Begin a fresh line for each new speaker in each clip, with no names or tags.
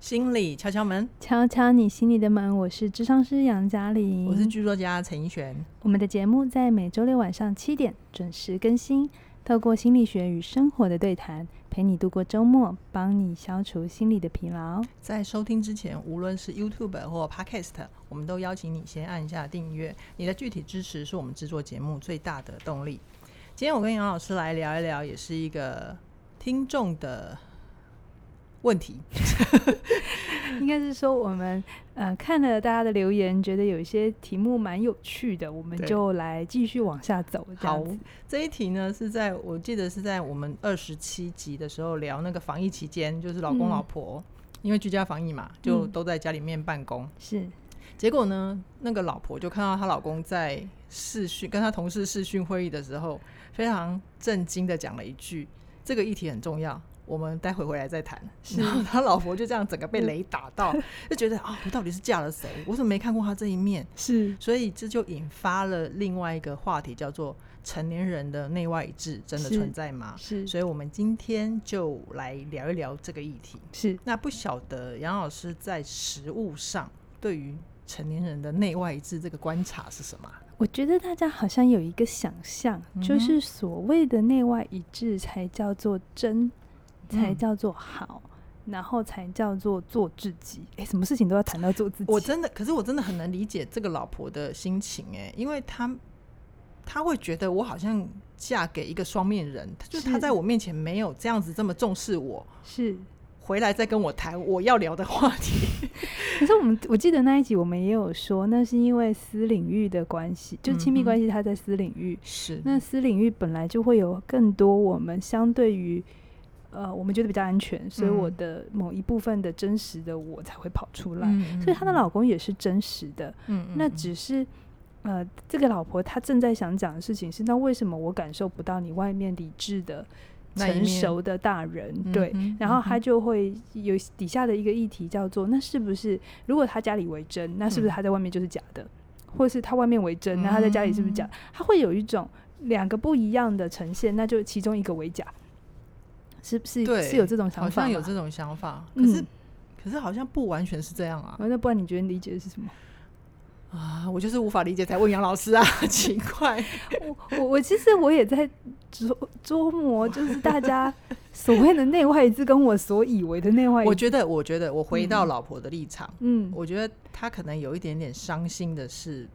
心理敲敲门，
敲敲你心里的门，我是智商师杨嘉玲，
我是剧作家陈奕璇。
我们的节目在每周六晚上七点准时更新，透过心理学与生活的对谈，陪你度过周末，帮你消除心理的疲劳。
在收听之前，无论是 YouTube 或 Podcast，我们都邀请你先按下订阅。你的具体支持是我们制作节目最大的动力。今天我跟杨老师来聊一聊，也是一个听众的问题。
应该是说我们呃看了大家的留言，觉得有一些题目蛮有趣的，我们
对
就来继续往下走。这样
好
子，
这一题呢是在我记得是在我们二十七集的时候聊那个防疫期间，就是老公
嗯
老婆、因为居家防疫嘛，就
嗯
都在家里面办公。
是
结果呢，那个老婆就看到她老公在视讯跟她同事视讯会议的时候，非常震惊的讲了一句：“这个议题很重要，我们待会回来再谈。”然后她老婆就这样整个被雷打到，就觉得啊、我到底是嫁了谁？我怎么没看过她这一面？
是，
所以这就引发了另外一个话题，叫做成年人的内外一致真的
是
存在吗？
是
所以我们今天就来聊一聊这个议题。
是，
那不晓得杨老师在食物上对于成年人的内外一致这个观察是什么啊？
我觉得大家好像有一个想象，
嗯
就
哼
是所谓的内外一致才叫做真，才
嗯
叫做好，然后才叫做做自己。哎，什么事情都要谈到做自己。
我真的，可是我真的很能理解这个老婆的心情哎、因为她她会觉得我好像嫁给一个双面人，她就是
是
她在我面前没有这样子这么重视我，
是，
回来再跟我谈我要聊的话题。
可是我们我记得那一集我们也有说，那是因为私领域的关系，就亲
嗯
密
哼
关系，它在私领域。
是
那私领域本来就会有更多我们相对于。呃，我们觉得比较安全，所以我
嗯
的某一部分的真实的我才会跑出来。
嗯
所以她的老公也是真实的，
嗯嗯
那
嗯
只是，呃，这个老婆她正在想讲的事情是，那为什么我感受不到你外面理智的、
那一
成
面
熟的大人？
嗯
对，
哼
然后
嗯
她就会有底下的一个议题叫做：那是不是如果她家里为真，那是不是
嗯
她在外面就是假的？或是她外面为真，那她在家里是不是假？
嗯
她会有一种两个不一样的呈现，那就其中一个为假，是是
对
是有这种想
好
法
像
吗？
有这种想法，可
嗯
是、可是好像不完全是这样啊。
哦，那不然你觉得你理解的是什么？
啊，我就是无法理解，才问杨老师啊， 奇怪。
我 我我其实我也在琢琢磨，就是大家所谓的内外一致，跟我所以为的内外
我
一
觉
致，
得，我觉得，我回到老婆的立场，
嗯，
我觉得她可能有一点点伤心的是，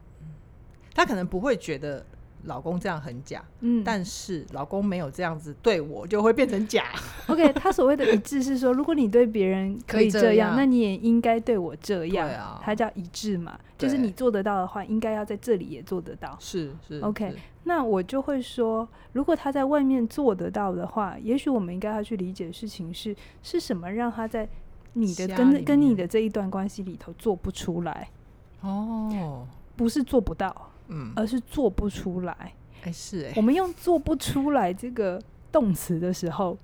她可能不会觉得老公这样很假，
嗯，
但是老公没有这样子对我，就会变成 假。
OK，他所谓的一致是说，如果你对别人
可
可
以
以
这
这
样
样，那你也应该对我这样，
对啊
它叫一致嘛，就是
对
你做得到的话，应该要在这里也做得到。
是是
OK
是
那我就会说，如果他在外面做得到的话，也许我们应该要去理解的事情是是什么让他在你的
家里
跟跟你
面
的这一段关系里头做不出来，
哦，
不是做不到，
嗯，
而是做不出来。
哎、是哎、
我们用“做不出来”这个动词的时候，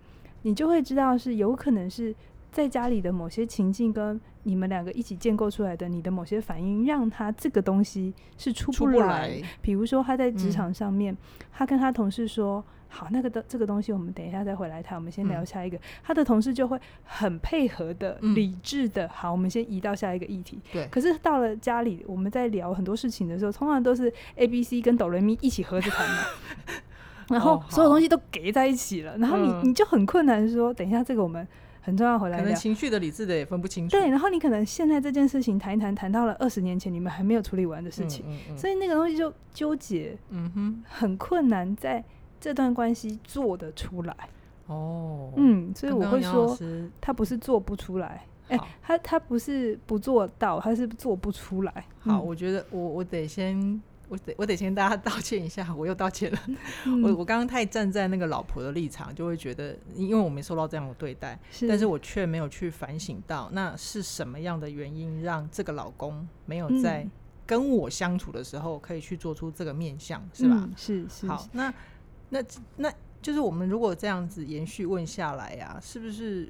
你就会知道是有可能是在家里的某些情境跟你们两个一起建构出来的，你的某些反应让他这个东西是出
出
不
不
来。
来，
比如说他在职
嗯
场上面，他跟他同事说。好，那个的这个东西，我们等一下再回来谈。我们先聊
嗯
下一个，他的同事就会很配合的、
嗯
理智的。好，我们先移到下一个议题。
对
可是到了家里，我们在聊很多事情的时候，通常都是 A、B、C 跟哆来咪一起合着谈嘛。 然后
哦
所有东西都给在一起了，然后你、
嗯
你就很困难说，等一下这个我们很重要回
可
来
能
聊。
情绪的、理智的也分不清楚。
对，然后你可能现在这件事情谈一谈，谈到了二十年前你们还没有处理完的事
嗯
情，
嗯嗯
所以那个东西就纠结，
嗯哼，
很困难在这段关系做得出来。
哦，，
嗯，所以我会说，
说，
他不是做不出来，哎
好，
他他不是不做到，他是做不出来。
好，我觉得我我得先。我得我得先大家道歉一下，我又道歉了。
嗯，
我
嗯
我刚刚太站在那个老婆的立场，就会觉得，因为我没受到这样的对待，
是
但是我却没有去反省到，那是什么样的原因让这个老公没有在
嗯
跟我相处的时候可以去做出这个面相，是吧？
嗯是是，
好，那那那就是我们如果这样子延续问下来啊，是不是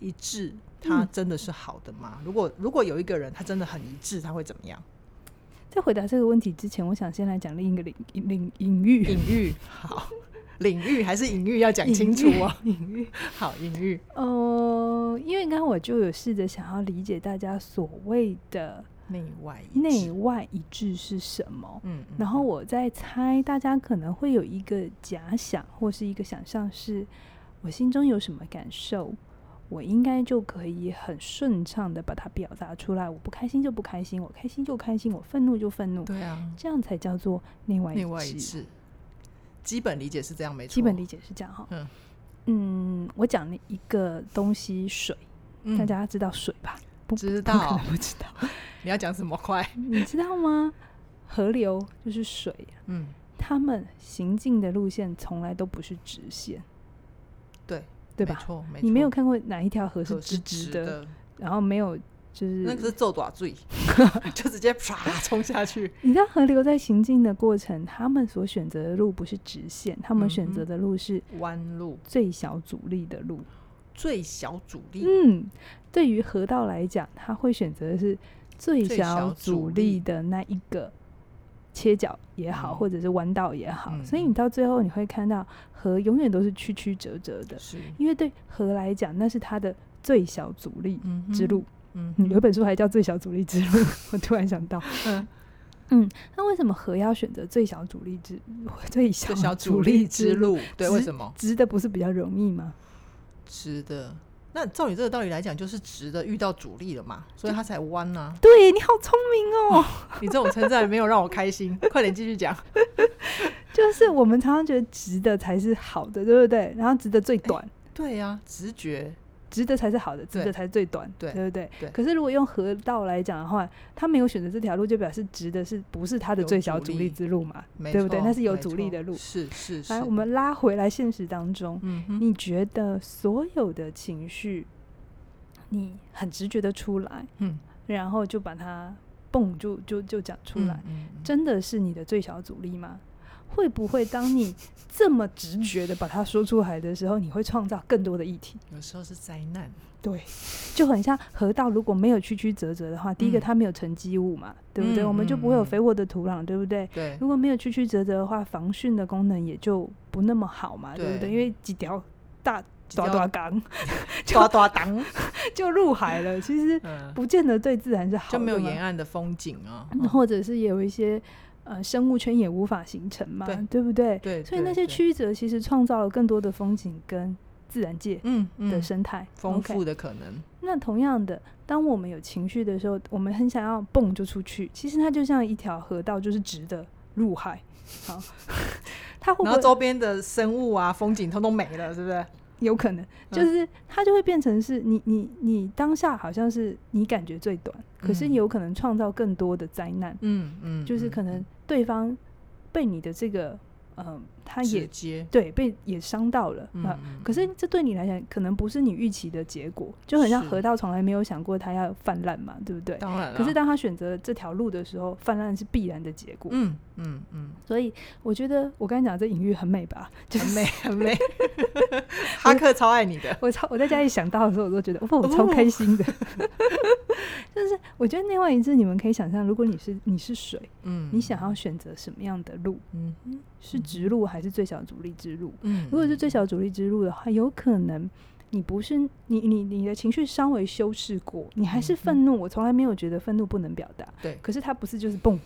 一致？他
嗯
真的是好的吗？如果如果有一个人他真的很一致，他会怎么样？
在回答这个问题之前，我想先来讲另一个领领领域。
隐喻好，领域还是隐喻要讲清楚哦。
隐喻。
好，隐喻，
呃，哦，因为刚刚我就有试着想要理解大家所谓的
内外一致
内，外一致是什么，
嗯，嗯
然后我在猜大家可能会有一个假想或是一个想象是，我心中有什么感受，我应该就可以很顺畅的把它表达出来，我不开心就不开心，我开心就开心，我愤怒就愤怒，
对啊，
这样才叫做内外
内外
一
一
致。
致，基本理解是这样，没错，
基本理解是这样哈。
嗯
嗯我讲了一个东西水，
嗯
大家知道水吧？不
知
不可
道
能不知道，
你要讲什么快？
你知道吗？河流就是水，
嗯，
他们行进的路线从来都不是直线，
对
对
没
吧？
错，没错，
你没有看过哪一条河是
可
直
是
直
直
的，，然后没有就是
那个是揍爪 罪，就直接啪冲下去。
你知道河流在行进的过程，他们所选择的路不是直线，他们
嗯
选
哼
择的路是
弯路
最小阻力的路。
最小阻力，
嗯，对于河道来讲，他会选择的是最
最
小
小
阻
阻
力
力
的那一个切角也好，
嗯
或者是弯道也好，
嗯
所以你到最后你会看到河永远都是曲曲折折的，
是
因为对河来讲，那是它的最小阻力
嗯哼
之路。，
嗯
嗯，有
哼
本书还叫《最小阻力之路》， 我突然想到，
嗯
嗯，那为什么河要选择最小阻力之最
最
小
小
阻
阻
力
力之
路？
路，对，
直
为什么
直的不是比较容易吗？
直的？那照你这个道理来讲，就是直的遇到阻力了嘛，所以它才弯呐、
对你好聪明哦！
你这种称赞没有让我开心，快点继续讲。
就是我们常常觉得直的才是好的，对不对？然后直的
哎
最短，
对呀、直觉
直的才是好的，直
对
的才是最短，
对
不对？
对
可是如果用河道来讲的话，他没有选择这条路，就表示直的是不是他的
有
最小
阻
阻力
力
之路嘛？
没
对不对
错
那是有
没
阻力
错
的路
是是是。
来，我们拉回来现实当中，
嗯哼，
你觉得所有的情绪，你很直觉的出来，
嗯，
然后就把它蹦就就就讲出来，
嗯，嗯
真的是你的最小阻力吗？会不会当你这么直觉的把它说出来的时候，你会创造更多的议题？
嗯有时候是灾难，
对，就很像河道，如果没有曲曲折折的话，第一个
嗯
它没有沉积物嘛，对不对？
嗯
我们就不会有
嗯嗯
肥沃的土壤，对不对？
对
如果没有曲曲折折的话，防汛的功能也就不那么好嘛，对不对？
对
因为几条大
几
大
条
大港
抓抓挡，
就入 海了，其实
嗯，
不见得对自然是好的
就没有
嘛
沿岸的风景啊，
嗯
嗯
或者是也有一些呃生物圈也无法形成嘛，
对
不对？
对，
所以
对
那些，
对
曲折其实创造了更多的风景跟自然界
嗯
的
嗯，
生态，
丰
OK
富的可能，
那同样的，当我们有情绪的时候，我们很想要蹦就出去，其实它就像一条河道，就是直的入海。好， 它会
然后
不会嗯
周边的生物啊、风景通通没了，是不是？
有可
嗯
能，就是它就会变成是你你你当下好像是你感觉最短，可是
嗯
你有可能创造更多的灾难，
嗯嗯，
就是
嗯
可能
嗯
对方被你的这个呃，他
直
也
接，
对被也伤到了啊、
嗯，嗯
可是
嗯
这对你来讲，可能不是你预期的结果，就很像
是
河道从来没有想过它要泛滥嘛，对不对？
当然了，啊
可是当他选择这条路的时候，泛滥是必然的结果。
嗯嗯嗯，
所以我觉得我刚才讲这隐喻很美吧，就
很
是
美很美，哈克超爱你的，
我超我在家里想到的时候，我都觉得哇，我
哦
超开心的。 就是我觉得内外一致，你们可以想象，如果你是你是水，
嗯，
你想要选择什么样的路？
嗯哼
是直路还是最小阻力之路？
嗯，
如果是最
嗯
小阻力之路的话，有可能你不是你你你的情绪稍微修饰过，你还是
嗯
愤怒。我从来没有觉得愤怒不能表达，
对
可是他不是就是蹦，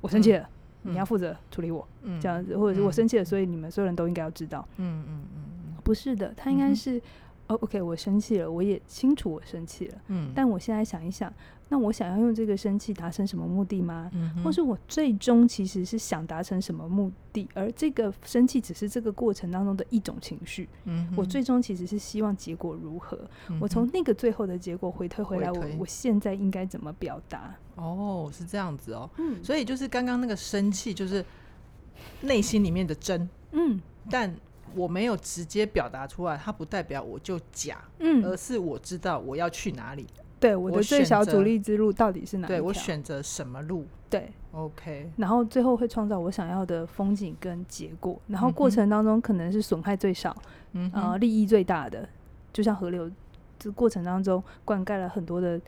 我生气了，你要
嗯
负责处理我、
嗯
这样子，或者是我
嗯
生气了，所以你们所有人都应该要知道，
嗯嗯嗯
不是的，他应
嗯
该
哼
是、哦，OK，我生气了，我也清楚我生气了，
嗯，
但我现在想一想，那我想要用这个生气达成什么目的吗？
嗯
或
哼
是我最终其实是想达成什么目的，而这个生气只是这个过程当中的一种情绪。
嗯
我
哼
最终其实是希望结果如何，
嗯
我
哼
从那个最后的结果回推回来，
回
我
推
我现在应该怎么表达？
哦是这样子哦，
嗯
所以就是刚刚那个生气，就是内心里面的真，
嗯
但我没有直接表达出来，它不代表我就假，而
嗯，
是我知道我要去哪里，
对，我
呃我
的最
选
小阻
择
力之路到底是哪一
对我
条
选择什么路
对，
，OK，
然后最后会创造我想要的风景跟结果，然后过
嗯哼
程当中可能是损害最少，
嗯哼
呃，利益最大的，就像河流这过程当中灌溉了很多的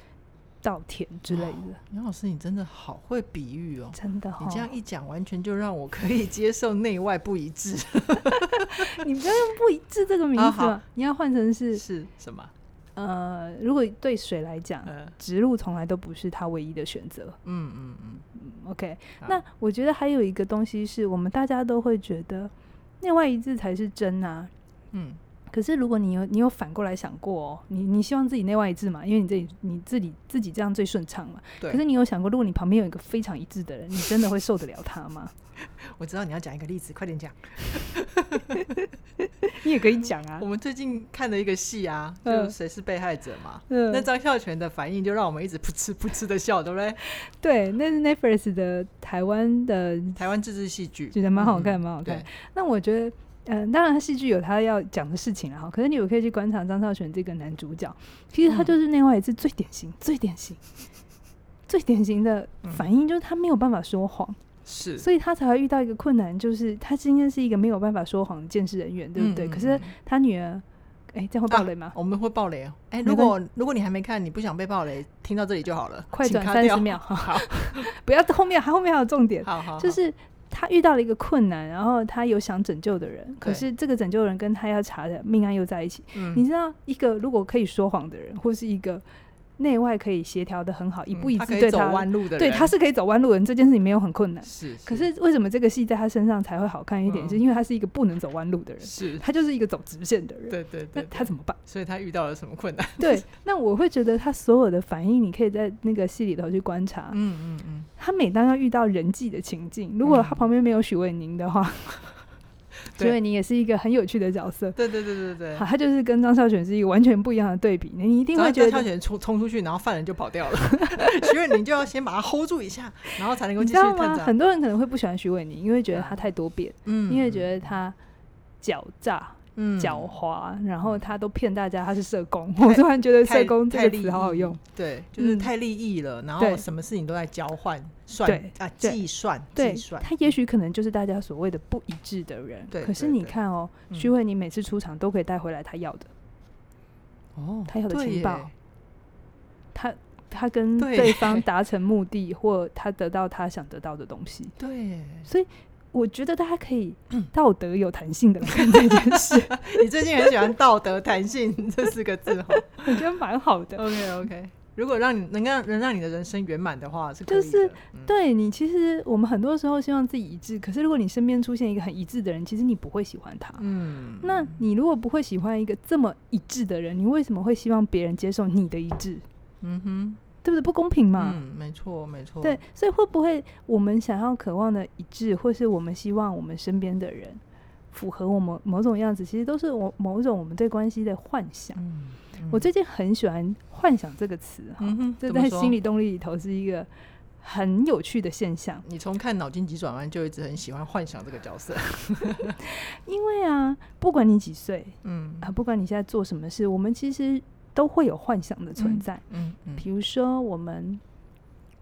稻田之类的，
杨老师，你真的好会比喻哦！
真的哈、
你这样一讲，完全就让我可以接受内外不一致
你不要用不一致这个名
啊
字嘛，
好
你要换成是
是什么？
呃，如果对水来讲，
呃，
植入从来都不是它唯一的选择。
嗯嗯嗯，
OK，
好
那我觉得还有一个东西是我们大家都会觉得内外一致才是真啊。
嗯，
可是如果你有你有反过来想过哦，你你希望自己内外一致嘛，因为你自己你自己自己这样最顺畅嘛。
对
可是你有想过，如果你旁边有一个非常一致的人，你真的会受得了他 吗？
我知道你要讲一个例子，快点讲。
你也可以讲啊
我。们最近看的一个戏啊，就
嗯
是谁是被害者嘛？
嗯
那张孝全的反应就让我们一直噗嗤噗嗤的笑，对不对？
对，那是 Netflix 的台湾的，
台湾自制戏剧
觉得蛮好看，
嗯
蛮好看
对。
那我觉得，嗯、当然他戏剧有他要讲的事情啦哈。可是你有可以去观察张少泉这个男主角，其实他
嗯
就是另外一次最典型、最典型、最典型的反应，就是他没有办法说谎，
嗯是，
所以他才会遇到一个困难，就是他今天是一个没有办法说谎的监视人员，对不对？
嗯
可是
嗯嗯
他女儿，哎、这样会暴雷吗？
我们会爆雷哦。哎，
没
如果如果你还没看，你不想被爆雷，听到这里就好了，
快
请
转
卡
三
掉
十，秒，
好，
不要后面，还后面还有重点。
好好，
就是他遇到了一个困难，然后他有想拯救的人，可
对
是这个拯救人跟他要查的命案又在一起。你
你
知道，一个如果可以说谎的人，或是一个内外可以协调的很好，一步一
嗯他
致
可
对
以走
他，
弯路的人，
对他是可以走弯路的人，这件事情没有很困难。
是，
可是为什么这个戏在他身上才会好看一点？
嗯
是因为他是一个不能走弯路的人，
是，
他就是一个走直线的人。
对对
那
对，
他
对
怎 么办？
所以他遇到了什么困难？
对，那我会觉得他所有的反应，你可以在那个戏里头去观察。
嗯嗯嗯，
他每当要遇到人际的情境，如果他
嗯
旁边没有许玮宁的话， 许
对
玮宁也是一个很有趣的角色。
对对对对对啊
好，。他就是跟张孝全是一个完全不一样的对比，你一定
然后
会觉
张孝
得，
全冲冲出去，然后犯人就跑 掉了。徐伟宁就要先把他 hold 住一下，然后才能够
你
继
知
续
道
探
吗？
查。
很多人可能会不喜欢许玮宁，因为觉得
嗯
他太多变，
嗯
因为觉得他狡诈、
嗯
狡猾，然后他都骗大家他是社工。 我突然觉得“
太
社工”这
太
个
利
词好好
益
用。
对，就是
嗯
太利益了，然
对
后什么事情都在交换、算
对
啊、
对
计算、
对
计算。
他也许可能就是大家所谓的不一致的人，
对
可是
对
你
对
看哦，徐
嗯
玮宁每次出场都可以带回来他要的，
哦，
他有的
对
情
耶
报，他他跟
对
对方达成目的，或他得到他想得到的东西。
对耶，
我觉得大家可以
嗯
道德有弹性的来 看这件事，
你最近很喜欢“道德弹性”这四个 字哈。
我觉得蛮好的。
OK OK，如果让你能让能让你的人生圆满的话，是可以
就
的。
是
嗯
对你，其实我们很多时候希望自己一致，可是如果你身边出现一个很一致的人，其实你不会喜欢他。
嗯，
那你如果不会喜欢一个这么一致的人，你为什么会希望别人接受你的一致？
嗯哼，
对不对？不公平嘛。
嗯，没错没错，
对，，所以会不会我们想要渴望的一致，或是我们希望我们身边的人符合我们某种样子，其实都是我某种我们对关系的幻想。
嗯，
我最近很喜欢“幻想”这个词哈，
嗯哼，
这
怎么
在
说
心理，动力里头是一个很有趣的现象。
你从看《脑筋急转弯》就一直很喜欢幻想这个角色。
因为啊，不管你几岁
嗯
啊，不管你现在做什么事，我们其实都会有幻想的存在。
嗯嗯，
比如说我们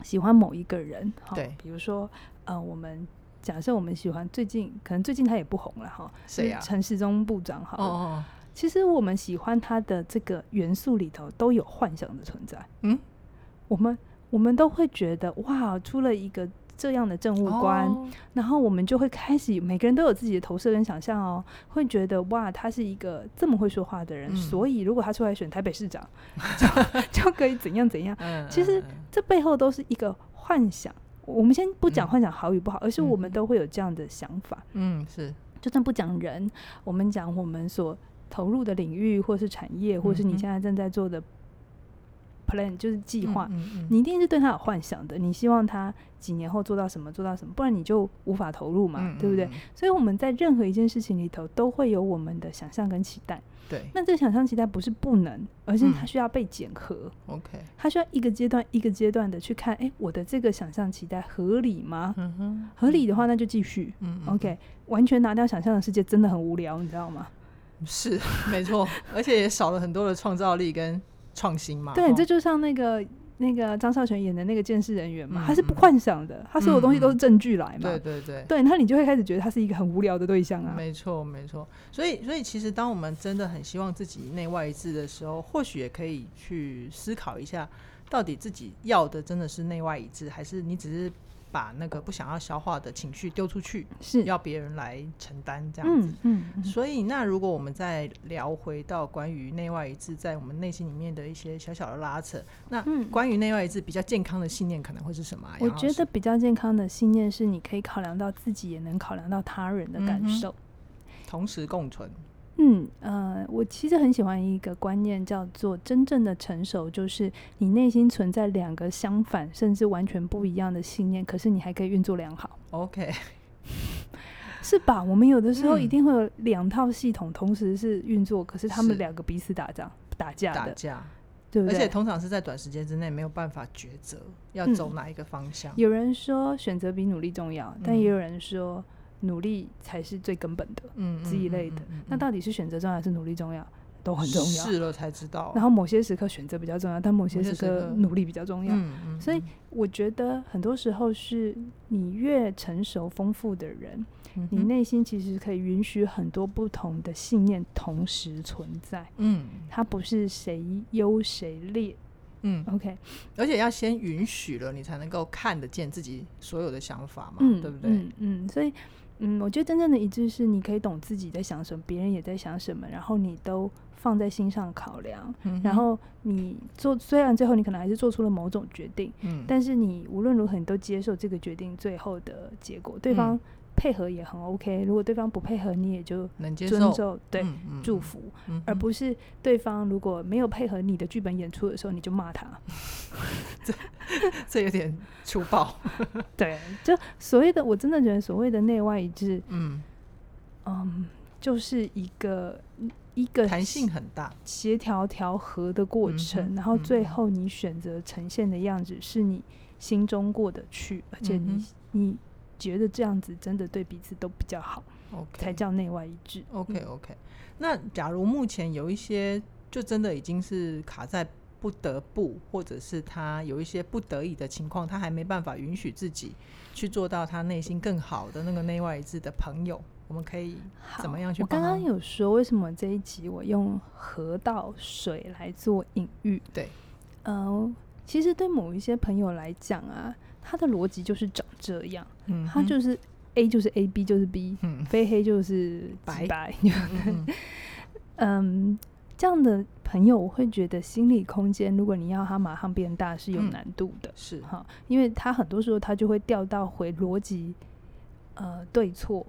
喜欢某一个人，哈
对
比如说呃，我们假设我们喜欢最近，可能最近他也不红了哈，
谁
就是
啊
陈时中部长好
哦
了
哦，
其实我们喜欢他的这个元素里头都有幻想的存在，
嗯，
我们我们都会觉得哇，出了一个。这样的政务官，
哦
然后我们就会开始，每个人都有自己的投射跟想象哦，会觉得哇，他是一个这么会说话的人，
嗯
所以如果他出来选台北市长， 就就可以怎样怎样。
嗯，
其实
嗯嗯
这背后都是一个幻想。我们先不讲
嗯
幻想好与不好，而是我们
嗯
都会有这样的想法。
嗯是，
就算不讲人，我们讲我们所投入的领域，或是产业，或是
嗯
你
哼
现在正在做的 plan，就是计划，
嗯嗯嗯
你一定是对他有幻想的。你希望他几年后做到什么，做到什么，不然你就无法投入嘛，
嗯
对不对
嗯？嗯
所以我们在任何一件事情里头，都会有我们的想象跟期待。
对
那这想象期待不是不能，而是
嗯
它需要被检核。
，OK，
他需要一个阶段一个阶段的去看，哎，我的这个想象期待合理吗？
嗯哼，
合理的话，那就继续。
嗯嗯
OK，完全拿掉想象的世界真的很无聊，你知道吗？
是没错，而且也少了很多的创造力跟创新嘛。
对，
齁
这就像那个那个张少泉演的那个监视人员嘛，
嗯
他是不幻想的，他所有东西都是证据来嘛。
对对对，
对，那你就会开始觉得他是一个很无聊的对象啊。
没错没错。所以所以其实当我们真的很希望自己内外一致的时候，或许也可以去思考一下，到底自己要的真的是内外一致，还是你只是把那个不想要消化的情绪丢出去，
是
要别人来承担这样子。
嗯嗯嗯
所以，那如果我们再聊回到关于内外一致在我们内心里面的一些小小的拉扯，那
嗯
关于内外一致比较健康的信念可能会是什么、啊？
我
杨老
觉
师
得比较健康的信念是，你可以考量到自己，也能考量到他人的感
嗯哼
受。
同时共存，
嗯呃，我其实很喜欢一个观念，叫做真正的成熟，就是你内心存在两个相反甚至完全不一样的信念，可是你还可以运作良好，
OK，
是吧？我们有的时候一
嗯
定会有两套系统同时是运作，可是他
是
们两个彼此打架打架
打
的，
架，
对不
而
对？
且通常是在短时间之内没有办法抉择要
嗯
走哪一个方向。
有人说选择比努力重要，但
嗯
也有人说努力才是最根本的。
嗯
之一类的。那到
底
底是选择重要还是努力重要，都很重要。
试了才知道。
然后某些时刻选择比较重要，但某些
某些
时
时
刻
刻
努力比较重要。
嗯嗯
所以
嗯
我觉得很多时候是你越成熟丰富的人，
嗯
你
哼
内心其实可以允许很多不同的信念同时存在，
嗯
它不是谁优谁劣。
嗯，
OK，
而且要先允许了，你才能够看得见自己所有的想法嘛，
嗯，
对不对？
嗯嗯，所以嗯，我觉得真正的一致是你可以懂自己在想什么，别人也在想什么，然后你都放在心上考量。
嗯哼
然后你做，虽然最后你可能还是做出了某种决定，
嗯，
但是你无论如何你都接受这个决定最后的结果，对
嗯
方配合也很 OK。如果对方不配合，你也就
能接
尊
受，
重，对，
嗯嗯
祝
嗯
福，
嗯
而
哼
不是对方如果没有配合你的剧本演出的时候，你就骂 他。
这有点粗暴。
对，就所谓的，我真的觉得所谓的内外一致，
嗯，
嗯，就是一个一个
弹性很大。
协调调和的过程，
嗯哼
然后最
嗯哼
后你选择呈现的样子是你心中过得去，而且你、
嗯哼
你觉得这样子真的对彼此都比较好，
OK，
才叫内外一致。
OK OK，那假如目前有一些就真的已经是卡在不得不，或者是他有一些不得已的情况，他还没办法允许自己去做到他内心更好的那个内外一致的朋友，我们可以怎么样去
我刚
帮
刚
他
有说，为什么这一集我用河道水来做隐喻？
对，
呃，其实对某一些朋友来讲啊，他的逻辑就是长这样，
嗯
他
哼
就是 A 就是 A，B 就是 B，
嗯
非黑就是
白
白，
嗯嗯
嗯，这样的朋友，我会觉得心理空间，如果你要他马上变大，是有
嗯
难度的，
是
哈、因为他很多时候他就会掉到回逻辑，呃，对错，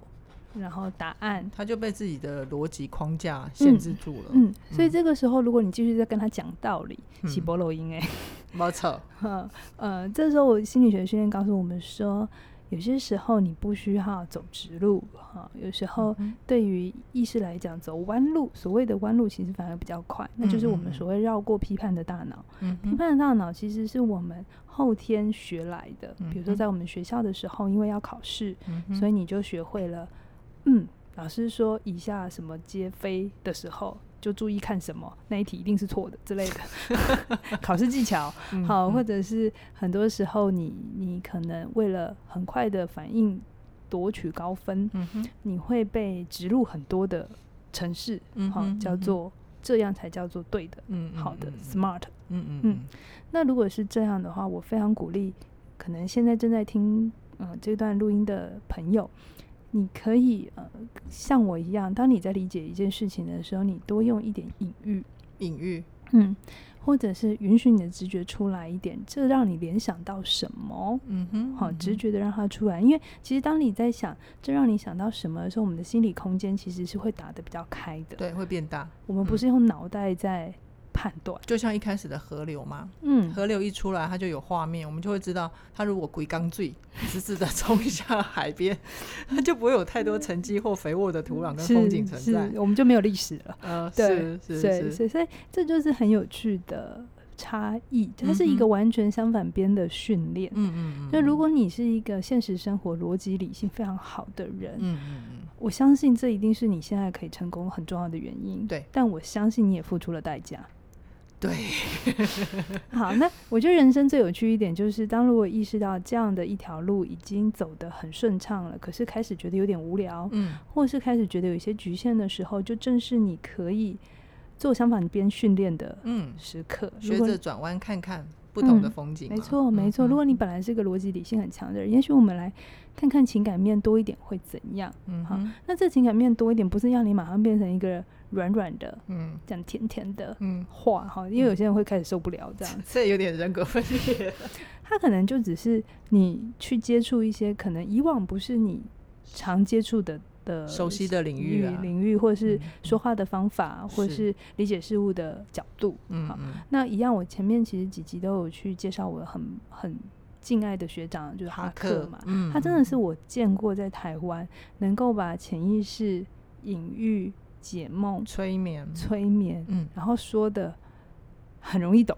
然后答案，
他就被自己的逻辑框架限制住了，
嗯，所以
嗯
这个时候，如果你继续在跟他讲道理，起波漏音哎，
没错，
哈呃，这时候我心理学训练告诉我们说，有些时候你不需要走直路，哈，有时候
嗯
对于意识来讲，走弯路，所谓的弯路其实反而比较快，那就是我
嗯嗯
们
嗯
所谓绕过批判的大脑。
嗯
批
哼
判的大脑其实是我们后天学来的
嗯，
比如说
哼
在我们学校的时候，因为要考试，
嗯哼
所以你就学会了，嗯，老师说以下什么皆非的时候。就注意看什么，那一题一定是错的之类的 考试技巧。
嗯
好，
嗯
或者是很多时候你你可能为了很快的反应夺取高分，
嗯哼
你会被植入很多的程式，
嗯
好、
哼
叫
嗯哼
做这样才叫做对的、
嗯嗯
好的
嗯嗯
smart。
嗯嗯
嗯那如果是这样的话，我非常鼓励，可能现在正在听呃这段录音的朋友，你可以呃像我一样，当你在理解一件事情的时候，你多用一点隐喻，
隐喻
嗯，或者是允许你的直觉出来一点，这让你联想到什么？
嗯哼
好，
嗯
直
哼
觉的让它出来，因为其实当你在想这让你想到什么的时候，我们的心理空间其实是会打得比较开的。，
对会变大，
我们不
嗯
是用脑袋在判断。
就像一开始的河流嘛，
嗯，
河流一出来，它就有画面，我们就会知道，它如果鬼刚 醉，直直的冲向海边，它就不会有太多沉积或肥沃的土壤跟
是
风景存在
是，。我们就没有历史了。
呃，
对
是是
对，
是，
所以所以这就是很有趣的差异，它是
嗯
一
哼
个完全相反边的训练。
嗯嗯嗯，
就如
嗯
果你是一个现实生活逻辑理性非常好的人，
嗯嗯
我相信这一定是你现在可以成功很重要的原因。
对，
但我相信你也付出了代价。
嗯，对，
好，那我觉得人生最有趣一点就是，当如果意识到这样的一条路已经走得很顺畅了，可是开始觉得有点无聊，
嗯
或是开始觉得有一些局限的时候，就正是你可以做相反边训练的
嗯，
时刻。如
学
果
着转弯看看，不同
嗯
的风景嘛、嗯
没错，没错。如果你本来是个逻辑理性很强的人，也许我们来看看情感面多一点会怎样。
嗯
好
哼
那这情感面多一点，不是让你马上变成一个软软的、
嗯
讲甜甜的
嗯，
话哈，因为有些人会开始受不了这样。
这有点人格分裂。
他可能就只是你去接触一些可能以往不是你常接触的的
熟悉的领域啊
呃领域，或是
嗯
说话的方法，或
是
是理解事物的角度。
嗯
好
嗯，
那一样，我前面其实几集都有去介绍我很很敬爱的学长，就是哈克嘛，
嗯
他真的是我见过在台湾能够把潜意识、隐喻、解梦、
催眠，
催眠，
嗯，
然后说的很容易懂，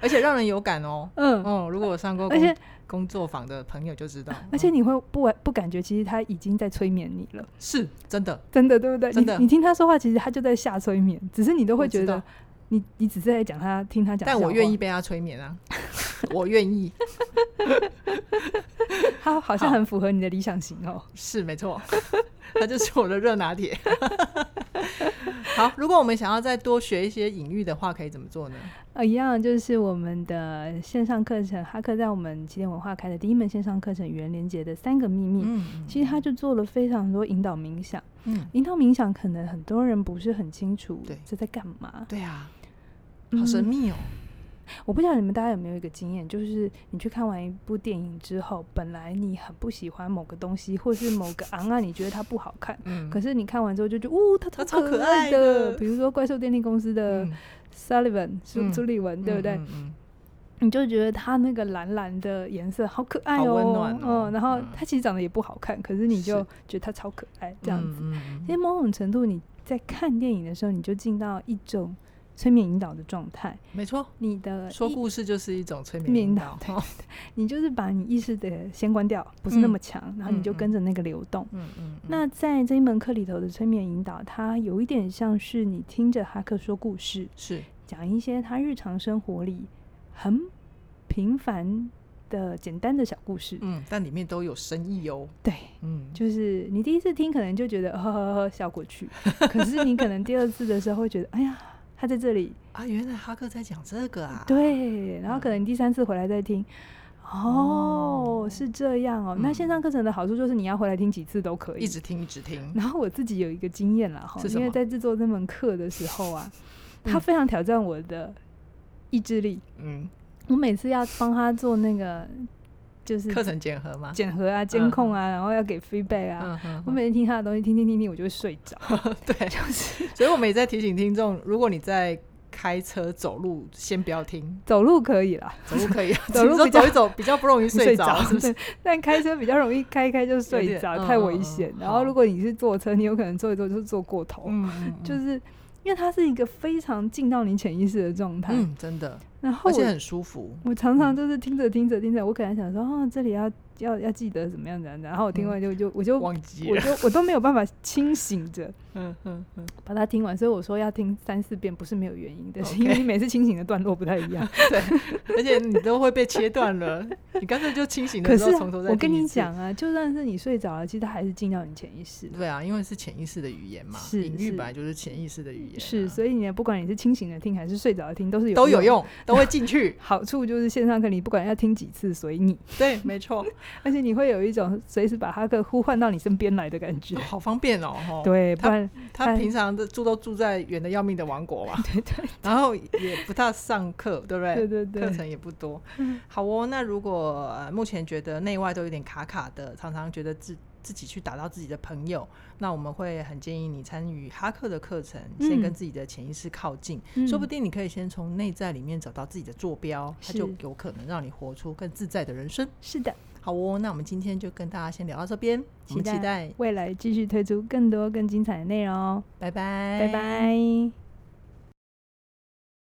而且让人有感哦。
嗯，
哦，如果我上过
而且
工工作坊的朋友就知道，
而且
嗯
你会不不感觉其实他已经在催眠你了，
是真的，
真的对不对？
真的
你你听他说话，其实他就在下催眠，只是你都
我
会
知
觉
道
得你你只是在讲他听他讲笑
但
话，
我愿意被他催眠啊， 我愿意，
他好像
好
很符合你的理想型哦。
是没错， 他就是我的热拿铁。 好，如果我们想要再多学一些隐喻的话，可以怎么做呢？
呃，一样就是我们的线上课程，哈克在我们起点文化开的第一门线上课程《语言连接的三个秘密》
嗯
其实他就做了非常多引导冥想。
嗯，
引导冥想可能很多人不是很清楚
对
这在干嘛。
对啊，
嗯
好神秘哦。
我不知道你们大家有没有一个经验，就是你去看完一部电影之后，本来你很不喜欢某个东西，或是某个昂啊，你觉得它不好看，
嗯，
可是你看完之后就觉得，呜、它
它
超
超可
爱
爱
的。
的
比如说怪兽电力公司的
嗯
Sullivan 苏、
嗯
朱立文，对不对？
嗯嗯
你就觉得它那个蓝蓝的颜色好可爱
好
哦，
温暖哦
嗯，然后
嗯
它其实长得也不好看，可是你就是觉得它超可爱，这样子。
嗯嗯
其
嗯
实某种程度，你在看电影的时候，你就进到一种催眠引导的状态，
没错，
你的
说
意
故事就是一种催
呃面
眠引
导
导。哦
你就是把你意识的先关掉，不是那
嗯
么强，然后你
嗯
就
嗯
跟着那个流动。
嗯嗯，
那在这一门课里头的催眠引导，它有一点像是你听着哈克说故事，
是
讲一些他日常生活里很平凡的简单的小故事。
嗯，但里面都有深意哦。
对，
嗯，
就是你第一次听可能就觉得呵呵呵笑过去，可是你可能第二次的时候会觉得，哎呀，他在这里，
啊，原来哈克在讲这个啊。，嗯
对，然后可能第三次回来再听。哦，
哦
是这样哦。
嗯
那线上课程的好处就是你要回来听几次都可以，
一直听一直听。
然后我自己有一个经验啦，哈，
是什
因为
么
在制作这门课的时 候啊，它
嗯
非常挑战我的意志力。
嗯，
我每次要帮他做那个就是
课程检核吗？
检核啊、监控啊，然后要给 feedback 啊，
嗯嗯
我每次听他的东西，听听听听，我就会睡着。
嗯对，
就是
所以我们也在提醒听众，如果你在开车、走路，先不要听，
走路可以啦，
走路可 以，啊
走
只是
路
说
比较
走一走比较不容易 睡着，是不是？
对但开车比较容易开一开就睡着，
有点
太
嗯
危
嗯
险。
嗯
然后
好
如果你是坐车，你有可能坐一坐就坐过头，
嗯，嗯
就
嗯
是因为它是一个非常进到你潜意识的状态。
嗯，真的，
然后
而
我
且很嗯舒服。
我常常就是听着听着听着，我可能想说，哦，这里要要要记得怎么样怎么样，然后我听完就就我就我
嗯忘记了，
就我都没有办法清醒 着
嗯嗯嗯，
把它听完，所以我说要听三四遍不是没有原因的， 是
OK
因为你每次清醒的段落不太一样。
而且你都会被切断了， 你干脆就清醒
可
的时
是
候
啊
从头再
我跟
听一
你
次，
讲啊，就算是你睡着了，其实它还是进到你潜意识了。
对啊，因为是潜意识的语言嘛，
是
隐喻
是
本来就是潜意识的语言啊，
是，所以你不管你是清醒的听还是睡着的听，都是有
都有
用。。
用，都会进去
好处就是线上课你不管要听几次随你，
对，没 错，
而且你会有一种随时把哈克呼唤到你身边来的感觉
哦。好方便哦。吼
对，不
他
然
他平常的住都住在远的要命的王国嘛，
哎 对对
然后也不大上课，对不
对
对？
对对，
课程也不多。好哦，那如果、呃、目前觉得内外都有点卡卡的，常常觉得自自己去打到自己的朋友，那我们会很建议你参与哈克的课程，
嗯
先跟自己的潜意识靠近，
嗯
说不定你可以先从内在里面找到自己的坐标，它
是
就有可能让你活出更自在的人生。
是的，
好哦，那我们今天就跟大家先聊到这边，我们
期
期
待
待，
未来继续推出更多更精彩的内容哦，
拜拜，
拜拜